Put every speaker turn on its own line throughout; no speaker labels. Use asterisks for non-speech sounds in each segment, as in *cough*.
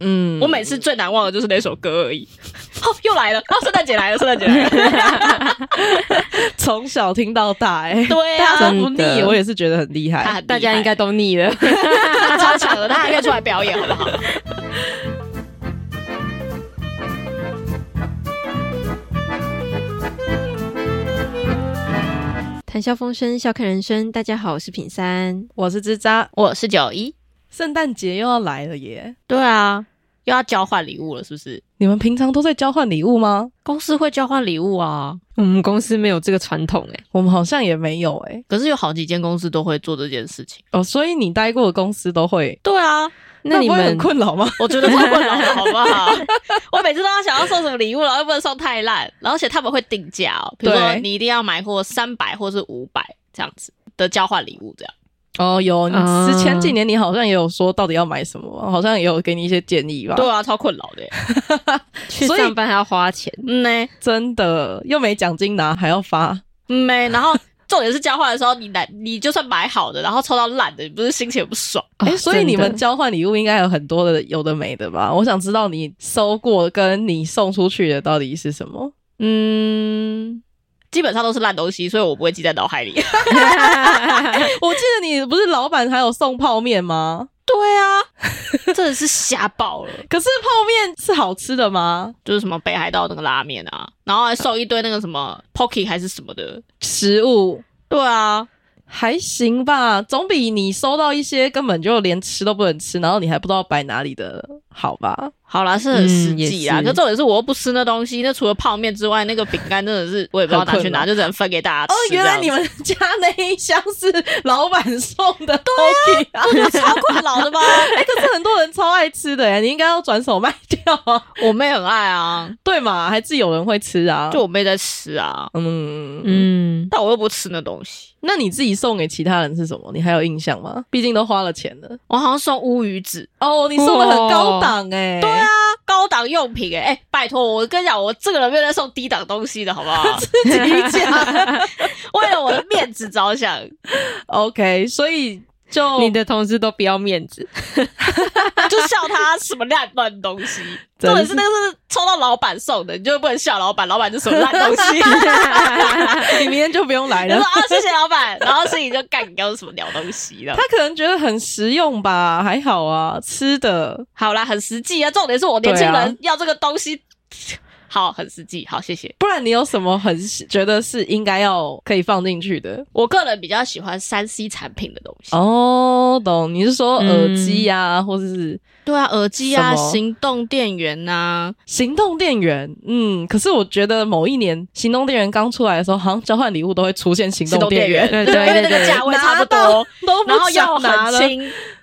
嗯，
我
*laughs*
每次最难忘的就是那首歌而已。哦，又来了，哦，圣诞节来了， *laughs* 圣诞节来了，
从小听到大、欸，
对
大家
啊，
都不
真
腻，
的
我也是觉得很厉害。
他很厉害
大家应该都腻了。
他 *laughs* 超强的，他还可以出来表演，好不好？
谈笑风生，笑看人生。大家好，我是品三。
我是吱喳，
我是九一，
圣诞节又要来了耶！
对啊，又要交换礼物了，是不是？
你们平常都在交换礼物吗？
公司会交换礼物啊，
我们公司没有这个传统哎、
我们好像也没有哎、
可是有好几间公司都会做这件事情。
哦，所以你待过的公司都会，
对啊，
那你
不会很
*laughs*
们
困扰吗？
我觉得超困扰的，好不好？ *laughs* 我每次都要想要送什么礼物，然后又不能送太烂，然后而且他们会定价哦，比如说
对
你一定要买或三百或是五百这样子的交换礼物，这样。
*laughs* 哦，有，你
啊
之前几年你好像也有说到底要买什么，好像也有给你一些建议吧？
对，啊，超困扰的耶。
去
所以
上班还要花钱，
嗯呢、
真的又没奖金拿，还要发，
嗯呢、然后重点是交换的时候，你来你就算买好的，然后抽到烂的，你不是心情也不爽？
哎、
啊
所以
真的
你们交换礼物应该有很多的有的没的吧？我想知道你收过跟你送出去的到底是什么？
嗯，基本上都是烂东西，所以我不会记在脑海里。
*laughs* 我记得你不是老板还有送泡面吗？
对啊， *laughs* 真的是瞎爆了，
可是泡面是好吃的吗？
就是什么北海道那个拉面啊，然后还送一堆那个什么 Pocky 还是什么的。
食物
对啊，
还行吧，总比你收到一些根本就连吃都不能吃，然后你还不知道摆哪里的好吧？
好啦，是很实
嗯也
际啊。
是
可重点是我又不吃那东西，那除了泡面之外，那个饼干真的是我也不知道拿去哪，
很困扰
就只能分给大家
哦
吃，这
原
样子。
来你们家那一箱是老板送 *laughs* 的对啊，
超困扰的吧？
哎、可是很多人超爱吃的哎，你应该要转手卖掉啊，
*laughs*
*laughs*
我妹很爱啊，
对嘛？还是有人会吃啊？
就我妹在吃啊，
嗯嗯，
嗯，
但我又不吃那东西。
那你自己送给其他人是什么？你还有印象吗？毕竟都花了钱了。
我好像送乌鱼子，
哦，你送的很高档哎、对啊，
高档用品哎、欸欸拜托，我跟你讲，我这个人没有在送低档东西的好不好？ *laughs*
自己 *laughs* 讲。
为了我的面子着想，
OK，所以就 *laughs*
嗯你的同事都不要面子，
就笑他什么烂烂东西。
*laughs* 真
重
是
点是那个是抽到老板送的，你就不能笑老板，老板就什么烂东
*laughs*
西。
你明天就不用来
你说
了。
啊，谢谢老板，然后心里就干，你要什么鸟东西了
他。可能觉得很实用吧，还好啊，吃的
好啦，很实际啊，重点是我年轻
对啊
人要这个东西，好，很实际，好，谢谢。
不然你有什么很觉得是应该要可以放进去的？
我个人比较喜欢三 C 产品的东西，
哦，懂，你是说
嗯
耳机呀、或者是
对啊，耳机啊，
什么
行动电源啊呐、
行动电源？嗯，可是我觉得某一年行动电源刚出来的时候，好像交换礼物都会出现行动电源，
对
对，
*laughs*
因为
对
那个
对，
价位差不
拿到
多，
都不
然后
想
又
拿
很
了，
轻，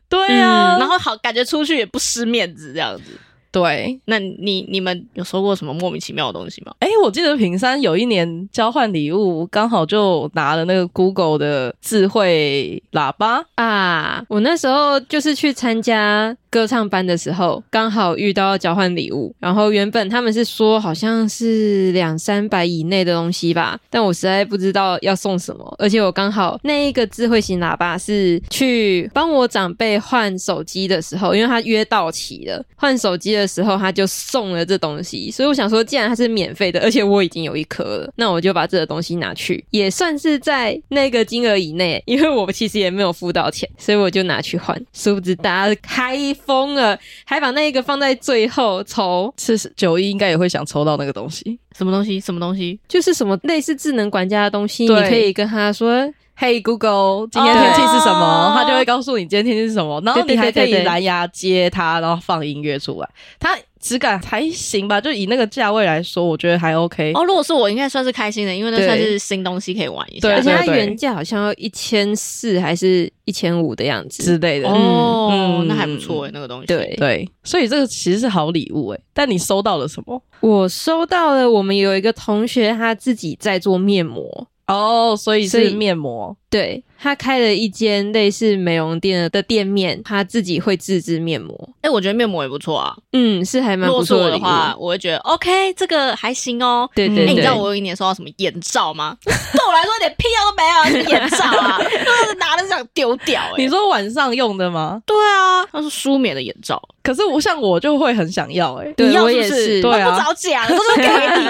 对啊，
嗯
嗯然后好感觉出去也不失面子这样子。
对。
那你你们有收过什么莫名其妙的东西吗？
哎、我记得平山有一年交换礼物，刚好就拿了那个 Google 的智慧喇叭，
啊，我那时候就是去参加歌唱班的时候，刚好遇到交换礼物，然后原本他们是说好像是两三百以内的东西吧，但我实在不知道要送什么，而且我刚好那一个智慧型喇叭是去帮我长辈换手机的时候，因为他约到期了，换手机的时候他就送了这东西，所以我想说，既然它是免费的，而且我已经有一颗了，那我就把这个东西拿去，也算是在那个金额以内，因为我其实也没有付到钱，所以我就拿去换。殊不知大家开疯了，还把那个放在最后抽，
是是九一应该也会想抽到那个东西。
什么东西？什么东西？
就是什么类似智能管家的东西，
对
你可以跟他说，
Hey Google，今天天气是什么
哦
它就会告诉你今天天气是什么，然后你
对对
还可
对
以
对对
蓝牙接它，然后放音乐出来。它质感还行吧，就以那个价位来说，我觉得还 OK。
哦，如果是我，应该算是开心的，因为那
对
算是新东西可以玩一下。
对
而且它
对对
原价好像要一千四还是一千五的样子，
之类的。
哦，
嗯嗯
那还不错诶，那个东西。
对。
对，所以这个其实是好礼物诶、但你收到了什么？
我收到了，我们有一个同学他自己在做面膜，
哦、所以
所
是
以
面膜。
对，他开了一间类似美容店的店面，他自己会自制面膜。
哎、我觉得面膜也不错啊。
嗯，是还蛮
如
不
果是
错
我
礼
的
物。
话，我会觉得 OK，这个还行哦。
对
嗯
对
哎、
对，
你知道我有一年收到什么眼罩吗？ *laughs* 对我来说一点屁用都没有，是眼罩啊， *laughs* 就是拿着想丢掉、哎，
你说晚上用的吗？
对啊，它是舒眠的眼罩，
可是我像我就会很想要哎、欸
对
你要
我
是不
也
是哦
是，
对啊
那不早讲，都是给你，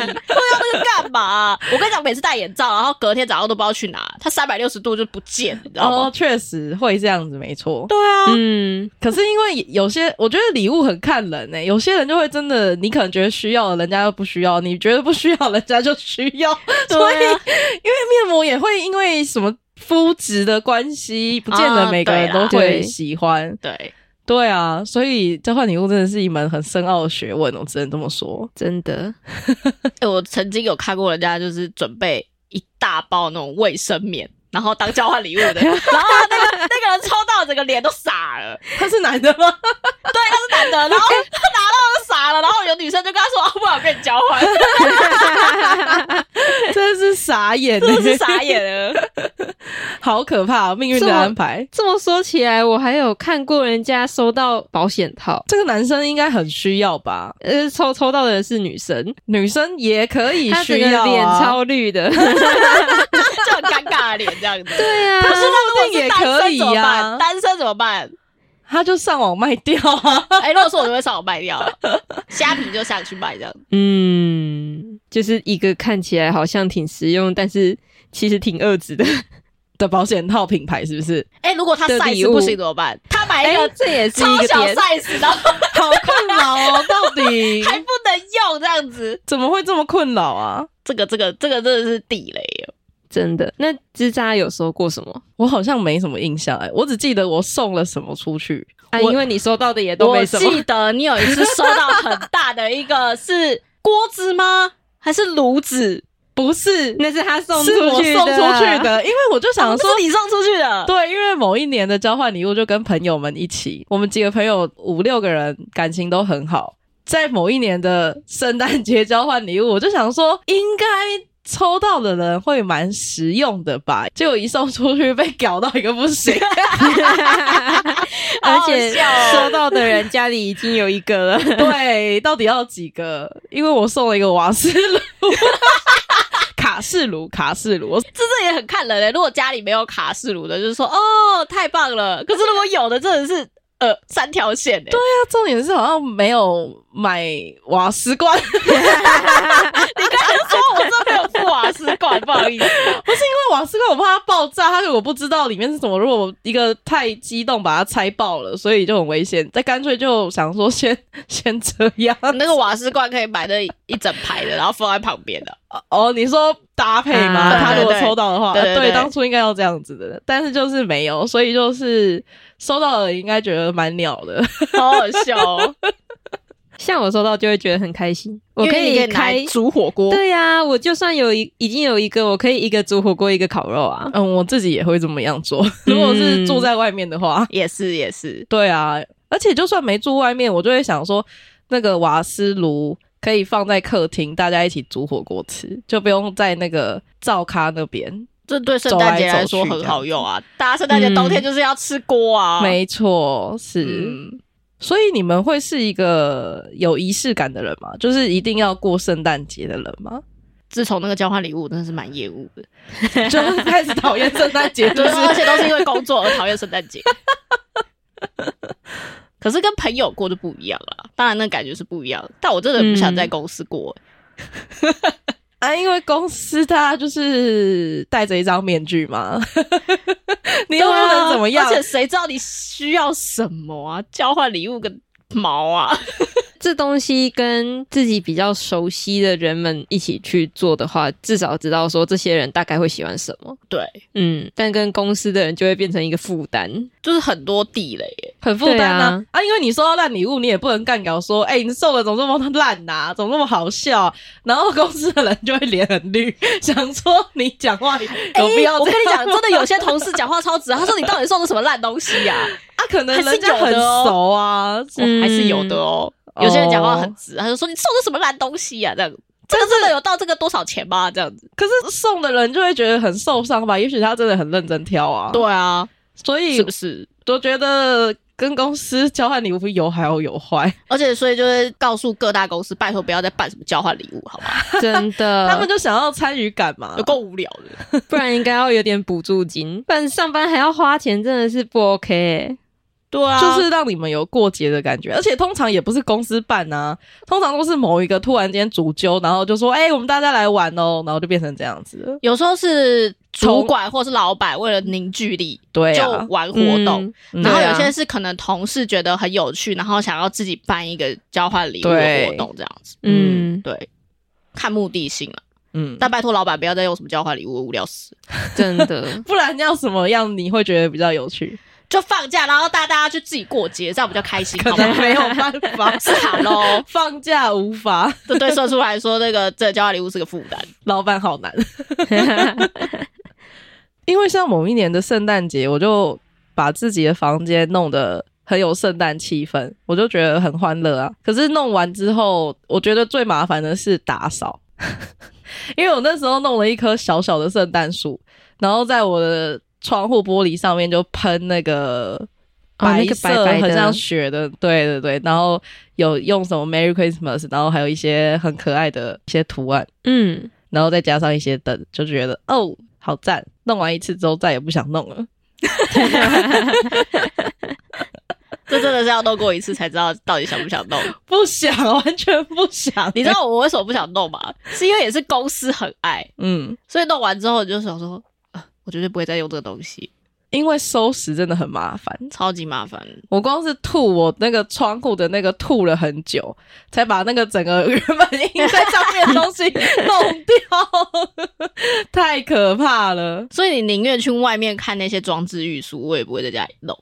我 *laughs* 要这个干嘛、啊我跟你讲，每次戴眼罩，然后隔天早上都不知道去哪，它三百六十度就不见，你知道吗？
哦，确实会这样子，没错。
对啊，
嗯，
可是因为有些，我觉得礼物很看人呢、有些人就会真的，你可能觉得需要，人家又不需要；你觉得不需要，人家就需要。 *laughs*
*laughs*
所以，因
对
为
啊
面膜也会因为什么肤质的关系，不见得
啊
每个人
对
都
啦
会
对
喜欢。
对，
对啊，所以交换礼物真的是一门很深奥的学问，我只能这么说。
真的，
哎我曾经有看过人家就是准备一大包那种卫生棉。然后当交换礼物的，然后他那个那个人抽到，整个脸都傻了，
他是男的吗？
是男的，然后他拿到就傻了，然后有女生就跟他说：“啊、不然我跟你交换。”
真的是傻眼、欸
真的是傻，眼了。
好可怕、命运的安排。
这么说起来，我还有看过人家收到保险套，
这个男生应该很需要吧？
呃，抽抽到的人是女生，
女生也可以
她整
需
个
要、啊，
脸超绿的，
就很尴尬的脸这样子。
对啊
不是
那
那一
如果
定
是
也
单
可
身
以
怎么
呀、
办？单身怎么办？
*laughs* 他就上网卖掉啊。
哎、如果是我，就会上网卖掉了，虾皮就上去卖这样。
嗯，就是一个看起来好像挺实用，但是其实挺恶质的。
的保险套品牌是不是？
哎、如果他
的
size
礼物
不行怎么办？他买
哎
一个
这也是一
超
个
小
点，
size，然后
好困扰哦，到底
还不能用这样子。
*laughs* 怎么会这么困扰啊？
这个这个这个真的是地雷哦！
真的。那吱喳有收过什么
我好像没什么印象哎、我只记得我送了什么出去，
啊？
我
因为你收到的也都
我
没什么
记。得你有一次收到很大的一个是锅子吗？还是炉子？
不是，
*laughs* 那是他送出
是我
去的，
送出去。的，因为我就想说
哦那是你送出去的，
对，因为某一年的交换礼物就跟朋友们一起，我们几个朋友五六个人感情都很好，在某一年的圣诞节交换礼物，我就想说应该。抽到的人会蛮实用的吧？结果一送出去被搞到一个不行，
*laughs* 而且
好好笑哦
收到的人家里已经有一个了。 *laughs*
对，到底要几个？因为我送了一个瓦斯炉，卡式炉，卡式炉，
这这也很看人嘞、欸如果家里没有卡式炉的，就是说哦太棒了。可是如果有的，真的是呃三条线嘞、
那重点是好像没有买瓦斯罐，因
你刚
啊
刚说啊我这没有付瓦斯罐，不好意思。啊
*laughs*
为瓦斯罐我怕它爆炸，它如果不知道里面是什么，如果我一个太激动把它拆爆了，所以就很危险。但干脆就想说先 *laughs* 先这样。
那个瓦斯罐可以买那一整排的，然后放在旁边的。
哦，你说搭配吗？
啊
他如果
嗯对对对
抽到的话，
对对对
当初应该要这样子的，但是就是没有，所以就是收到了应该觉得蛮鸟的。 *laughs*
好好笑哦！
像我收到就会觉得很开心，我
因
可
为你可以拿
开
来。煮火锅。
对呀、我就算有一已经有一个，我可以一个煮火锅，一个烤肉啊。
嗯，我自己也会这么样做。 *laughs* 如果
嗯
是住在外面的话，
也是也是，
对啊，而且就算没住外面，我就会想说，那个瓦斯炉可以放在客厅，大家一起煮火锅吃，就不用在那个灶咖那边。
这对圣诞节来
走
说
来走去
很好用啊！大家圣诞节冬天就是要吃锅啊，
嗯没错，是。
嗯
所以你们会是一个有仪式感的人吗？就是一定要过圣诞节的人
*laughs*
吗？
自从那个交换礼物，真的是蛮厌恶的，
就会开始讨厌圣诞节，就
*laughs* 对，啊
是
而且都是因为工作而讨厌
*laughs*
圣诞节。可是跟朋友过就不一样了，当然那感觉是不一样的。但我真的不想
嗯
在公司过、欸
啊，因为公司他就是戴着一张面具嘛， *laughs* 你又不能怎么样
啊
啊
而。且谁知道你需要什么啊？交换礼物跟毛啊？
这东西跟自己比较熟悉的人们一起去做的话，至少知道说这些人大概会喜欢什么。
对，
嗯，但跟公司的人就会变成一个负担。
就是很多地雷欸耶。
很负担啊
对
啊因为你收到烂礼物，你也不能干搞说，哎、你送的怎么这么烂呐、怎么那么好笑啊、然后公司的人就会脸很绿， *laughs* 想说你讲话有必要
哎我
这
跟你
样
讲，
吗、
真的有些同事讲话超直，啊他说你到底送的什么烂东西呀、
啊，可能人家
还是有
很
的哦嗯
熟啊，
还是有的哦。有些人讲话很直，他就说你送的什么烂东西呀、这样这哦个真的有到这个多少钱吗？这样子，
可是送的人就会觉得很受伤吧？也许他真的很认真挑啊。，
对啊，
所以
是不是？
我觉得跟公司交换礼物有好有坏，
而且，所以就是告诉各大公司，拜托不要再办什么交换礼物，好吧？
真
*laughs*
的，
他们就想要参与感嘛
*laughs* 呃有。够无聊的。
不然应该要有点补助金， *laughs* 不然上班还要花钱，真的是不 OK 欸、
对啊
就是让你们有过节的感觉，而且通常也不是公司办啊，通常都是某一个突然间主揪，然后就说：“哎、我们大家来玩哦。”然后就变成这样子了。
有时候是主管或是老板为了凝聚力，
对
就
啊，
玩活动。
嗯
然后
对啊
有些是可能同事觉得很有趣，然后想要自己办一个交换礼物的
对
活动，这样子。
嗯，
对，看目的性了。
嗯，，
但拜托老板不要再用什么交换礼物，无聊死了。
真的
不然要什么样你会觉得比较有趣？
就放假，然后大家去自己过节，这样比较开心，
可
好吗
能？没有办 *laughs* 法，
是好喽，
放假无法，
这对社畜来说，那个这交换礼物是个负担。
老板好难。因为像某一年的圣诞节，我就把自己的房间弄得很有圣诞气氛，我就觉得很欢乐啊。可是弄完之后，我觉得最麻烦的是打扫， *laughs* 因为我那时候弄了一棵小小的圣诞树，然后在我的窗户玻璃上面就喷那个
哦
白
那个
色、
白白的
很像雪的，对对对，然后有用什么 Merry Christmas，然后还有一些很可爱的一些图案。
*laughs* 嗯，
然后再加上一些灯，就觉得哦，好赞！弄完一次之后再也不想弄了。
这真的是要弄过一次才知道到底想
*laughs*
不想弄。
不想，完全不想。
你知道我为什么不想弄吗？是因为也是公司很爱，
嗯，
所以弄完之后你就想说，呃我绝对不会再用这个东西，
因为收拾真的很麻烦。
超级麻烦。
我光是吐我那个窗户的那个吐了很久，才把那个整个原本印在上面的东西弄掉，太可怕了。
所以你宁愿去外面看那些装置艺术，我也不会在家里弄。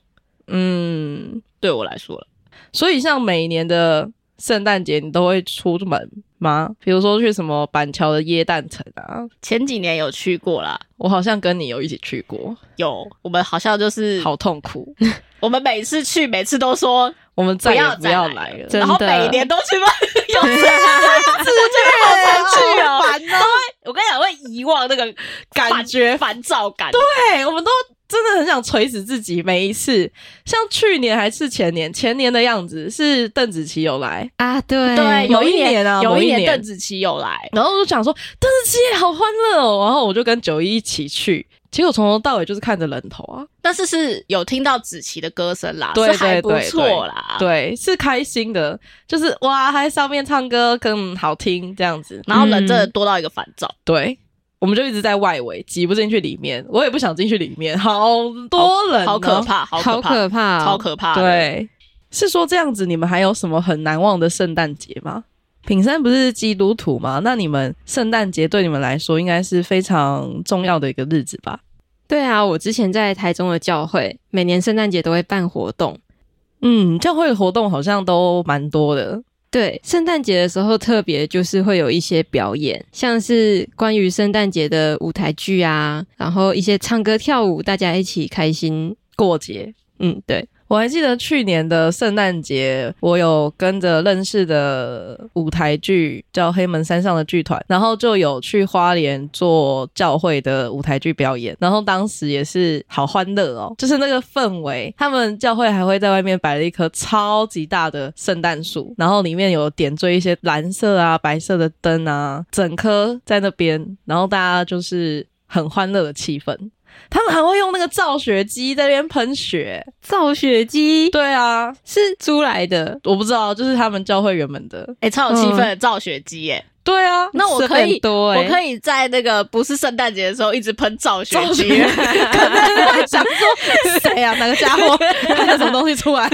嗯，
对我来说了，
所以像每年的圣诞节，你都会出门吗？比如说去什么板桥的椰蛋城啊，
前几年有去过啦，
我好像跟你有一起去过，
有我们好像就是，
好痛苦。
我们每次去，每次都说
我们
不
再也不
再
要
来
来了。
真
然后
的
每年都去吗？ *laughs* 有这样子，我觉得好
好
常去哦，烦哦。我跟你讲，会遗忘那个
感
烦
觉
烦躁感。对，
哎对，我们都真的很想锤死自己。每一次，像去年还是前年，前年的样子是邓紫棋有来，
啊，对
对，
某
有一
一年啊
有
某一
年
年
邓紫棋有来，
然后我就想说邓紫棋也好欢乐哦，然后我就跟九一一起去。结果从头到尾就是看着人头啊，
但是是有听到紫棋的歌声啦，
对
是还
对
不
对
错啦。
对，是开心的，就是哇，还上面唱歌更好听这样子，
然后人真的多到一个烦躁，
对，我们就一直在外围，挤不进去里面，我也不想进去里面，好多人、啊
好可，怕，好
好
可怕，
可怕哦，
超可怕。，
对，是说这样子，你们还有什么很难忘的圣诞节吗？品山不是基督徒吗？那你们圣诞节对你们来说应该是非常重要的一个日子吧？
对啊，我之前在台中的教会，每年圣诞节都会办活动。
嗯，教会的活动好像都蛮多的。
对，圣诞节的时候特别就是会有一些表演，像是关于圣诞节的舞台剧啊，然后一些唱歌跳舞，大家一起开心。
过节，
嗯，对，
我还记得去年的圣诞节，我有跟着认识的舞台剧叫《黑门山上的剧团》，然后就有去花莲做教会的舞台剧表演，然后当时也是好欢乐哦，就是那个氛围。他们教会还会在外面摆了一棵超级大的圣诞树，然后里面有点缀一些蓝色啊、白色的灯啊，整棵在那边，然后大家就是很欢乐的气氛。他们还会用那个造雪机在那边喷雪，
造雪机
对啊，
是租来的，
我不知道，就是他们教会原本的。
哎，超有气氛的造雪机耶。
对啊，
那我可以
很，多
我
哎、
可以在那个不是圣诞节的时候一直喷造雪
造
机
雪，
*laughs*
可能会想说谁啊，哪个家伙看了什么东西出
*laughs*
来？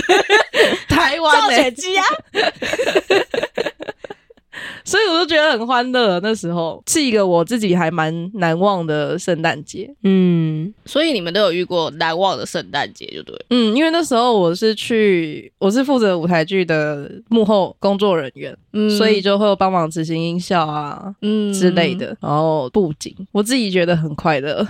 台湾欸
造
的、
雪机啊，
所以我就觉得很欢乐。那时候是一个我自己还蛮难忘的圣诞节。
嗯，
所以你们都有遇过难忘的圣诞节，就对了。
嗯，因为那时候我是去，我是负责舞台剧的幕后工作人员，
嗯
所以就会有帮忙执行音效啊。
嗯
之类，的，然后布景，我自己觉得很快乐。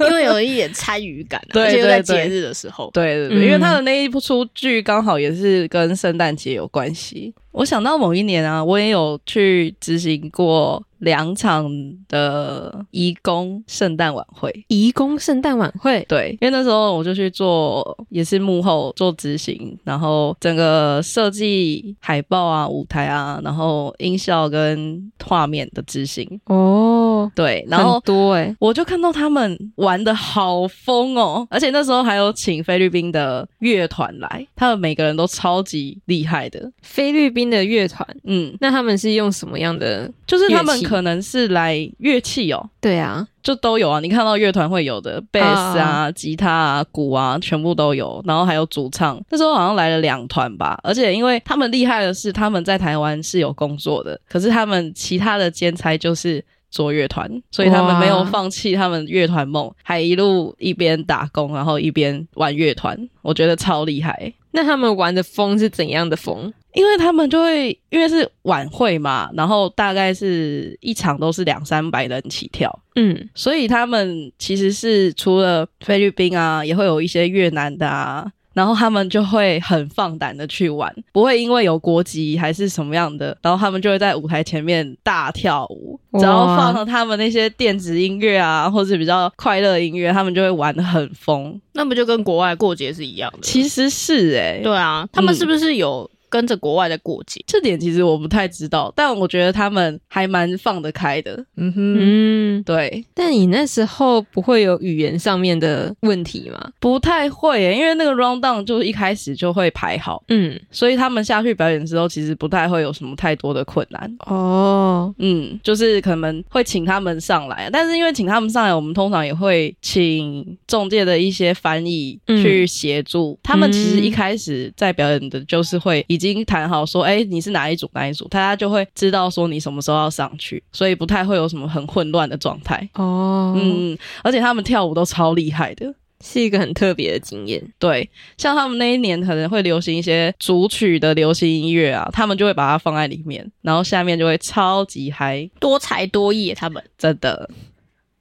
*laughs*
因为有一点参与感、啊，
对
而且又在
对对
节日的时候。
对对对，因为
嗯
他的那一部出剧刚好也是跟圣诞节有关系，我想到某一年啊，我也有去执行过两场的义工圣诞晚会。
移工圣诞晚会，
对，因为那时候我就去做，也是幕后做执行，然后整个设计海报啊、舞台啊，然后音效跟画面的执行。
哦，
对，然
然
后
后多哎、欸，
我就看到他们玩的好疯哦，而且那时候还有请菲律宾的乐团来，他们每个人都超级厉害的，
菲律宾的乐团，
嗯，
那他们是用什么样的？
就是他
乐
们
器
可能是来乐器哦，
对啊，
就都有啊，你看到乐团会有的贝斯
啊
啊、吉他啊、鼓啊，全部都有，然后还有主唱，那时候好像来了两团吧，而且因为他们厉害的是他们在台湾是有工作的，可是他们其他的兼差就是。做乐团，所以他们
哇
没有放弃他们乐团梦，还一路一边打工，然后一边玩乐团，我觉得超厉害。
那他们玩的风是怎样的风？
因为他们就会因为是晚会嘛，然后大概是一场都是两三百人起跳，
嗯，
所以他们其实是除了菲律宾啊，也会有一些越南的啊，然后他们就会很放胆的去玩，不会因为有国籍还是什么样的，然后他们就会在舞台前面大跳舞，
哇
只要放了他们那些电子音乐啊，或是比较快乐的音乐，他们就会玩的很疯。
那不就跟国外过节是一样的？
其实是诶、
对啊，他们是不是有跟着国外的过节？
这点其实我不太知道，但我觉得他们还蛮放得开的。
嗯哼，
嗯，
对，
但你那时候不会有语言上面的问题吗？
不太会耶，因为那个 round down 就是一开始就会排好，
嗯，
所以他们下去表演之后，其实不太会有什么太多的困难。
哦，
嗯，就是可能会请他们上来，但是因为请他们上来，我们通常也会请中介的一些翻译
嗯
去协助。他们其实
嗯
一开始在表演的就是会已经谈好说，哎、你是哪一组哪一组，大家就会知道说你什么时候要上去，所以不太会有什么很混乱的状态。
哦，嗯，
嗯，而且他们跳舞都超厉害的。
是一个很特别的经验。
对，像他们那一年可能会流行一些主曲的流行音乐啊，他们就会把它放在里面，然后下面就会超级嗨，
多才多艺耶他们。
真的，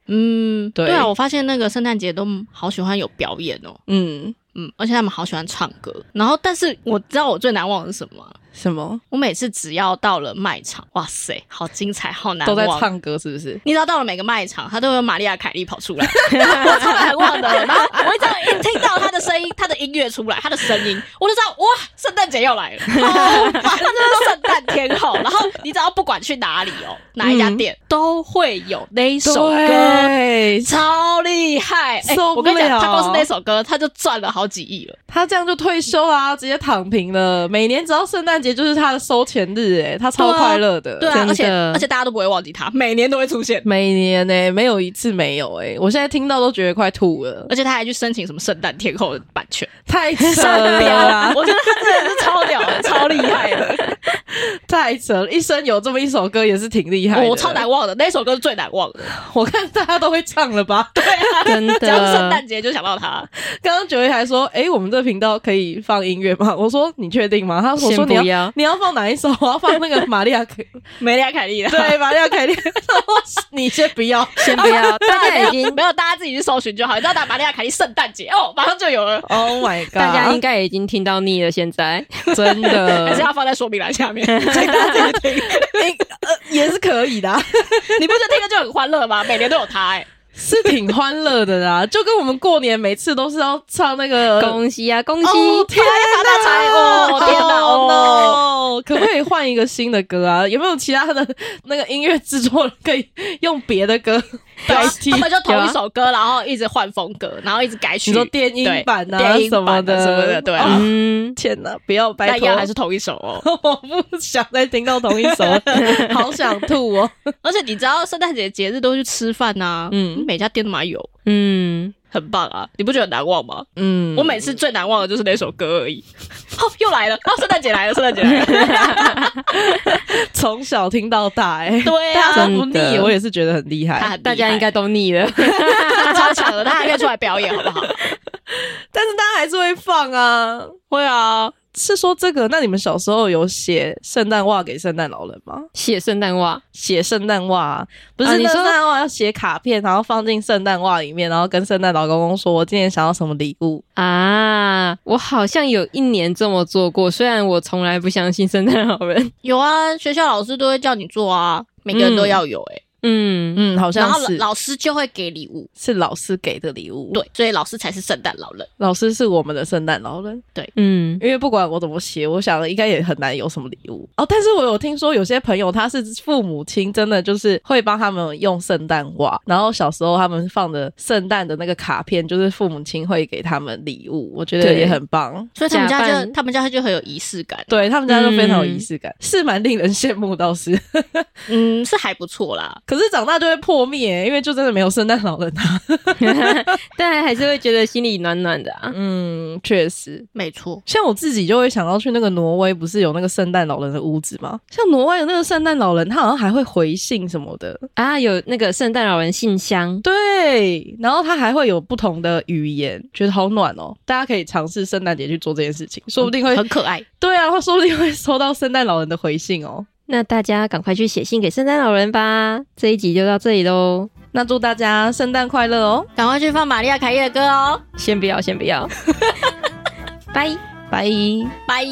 嗯，
对
啊，我发现那个圣诞节都好喜欢有表演哦，
嗯，
嗯，而且他们好喜欢唱歌。然后，但是我知道我最难忘的是什么吗？
什么
我每次只要到了卖场，哇塞，好精彩，好难
都
忘，啊
在唱歌是不是？
你知道到了每个卖场，他都有玛利亚凯莉跑出
*laughs*
来， *laughs* 我超难忘的。然后我只要一听到他的声音，他的音乐出来，他的声音，我就知道哇，圣诞节
*laughs*
要来了，好烦，他就是圣诞天后。然后你只要不管去哪里哦，哪一家店、都会有那一首歌。
嗯对，
超厉害！哎、
受不
我跟你讲，
了
他光是那首歌，他就赚了好几亿了。
他这样就退休啦、直接躺平了。每年只要圣诞节就是他的收钱日、诶，他超
对啊
快乐的，
对啊
真，的
而且而且大家都不会忘记他，每年都会出现。
每年呢、没有一次没有诶、我现在听到都觉得快吐了，
而且他还去申请什么圣诞天后的版权， *laughs*
太扯了 *laughs* 啦，
我觉得他真的是超屌的，超厉害的。
太扯了！一生有这么一首歌也是挺厉害的，
我超难忘的那首歌是最难忘的，
我看大家都会唱了吧？ *laughs*
对啊，
真 *laughs* 的
只要是圣诞节就想到它，
刚刚九一还说：“诶，我们这频道可以放音乐吗？”我说：“你确定吗？”他说：“我
先
说
不
你要
要
你要放哪一首？我要放那个玛利亚
*laughs*
凯，
梅利亚凯莉的。
对，玛利亚凯莉。” *laughs* 他说：“你先不要。
先
*laughs*
不要，大
没
家已
有 *laughs*
经
没有，大家自己去搜寻就好。你知道打玛利亚凯莉圣诞节哦，马上就有了，
”Oh my god！
大家应该已经听到腻了，现 *laughs* 在
*laughs* 真
还是
的
要放在说明栏下面，所以大家自己听。
应呃也是可以的啊、 *laughs*
你不觉得听了就很欢乐吗？每年都有它，哎，
是挺欢乐的啦、就跟我们过年每次都是要唱那个
恭喜啊，恭喜！
哦天哪！
财哦天哪
Oh
哦
no！可不可以换一个新的歌啊？有没有其他的那个音乐制作人可以用别的歌代替
他？们就同
有
一
啊
首歌，然后一直换风格，然后一直改曲。
你说电音
对
版啊
电音
什么
版
的哦
什么的，对啊。
嗯，
天哪！不要
但
拜
一
托，
样还是同一首哦。
*laughs* 我不想再听到同一
*laughs*
首，好想吐哦。
而且你知道，圣诞节节日都会去吃饭呐，嗯
嗯，
每家店都蛮有，
嗯，
很棒啊！你不觉得很难忘吗？
嗯，
我每次最难忘的就是那首歌而已。 *laughs* 哦，又来了，哦，圣诞节来了，圣诞节来了。
从小听到大，哎，
对
大家
啊，
都不腻
真，的
我也是觉得很厉
他
害。
很
大家应该都腻 *laughs* 了。
他 *laughs* 超强的，他还可以出来表演，好不好？
但是大家还是会放啊，
会啊，
是说这个？那你们小时候有写圣诞袜给圣诞老人吗？
写圣诞袜，
写圣诞袜啊，不是、
啊你
那
说
圣诞袜要写卡片，然后放进圣诞袜里面，然后跟圣诞老公公说我今年想要什么礼物。
啊，我好像有一年这么做过，虽然我从来不相信圣诞老人。 *laughs*
有啊，学校老师都会叫你做啊，每个人都要有哎、
嗯，
嗯，好
然
像
后
是
老老师就会给礼物，
是老师给的礼物。，
对，所以老师才是圣诞老人。
老师是我们的圣诞老人，
嗯， *laughs*
因为不管我怎么写，我想应该也很难有什么礼物哦。但是我有听说有些朋友他是父母亲，真的就是会帮他们用圣诞袜，然后小时候他们放的圣诞的那个卡片，就是父母亲会给他们礼物，我觉得
对
也很棒。
所以他们
假
家就
扮
他们家就很有仪式感，
对他们家就非常有仪式感，是蛮令人羡慕，倒是。 *laughs*
嗯，是还不错啦。
可是长大就会破灭，因为就真的没有圣诞老人啊。
但还是会觉得心里暖暖的啊。
嗯，确实。
没错，
像我自己就会想到去那个挪威，不是有那个圣诞老人的屋子吗？像挪威的那个圣诞老人，他好像还会回信什么的。
啊，有那个圣诞老人信箱，
对，然后他还会有不同的语言，觉得好暖哦。大家可以尝试圣诞节去做这件事情，说不定会
很可爱。
对啊，说不定会收到圣诞老人的回信哦。
那大家赶快去写信给圣诞老人吧。这一集就到这里喽，
那祝大家圣诞快乐哦，
赶快去放玛利亚凯莉的歌哦，
先不要，先不要，拜。
拜。
拜。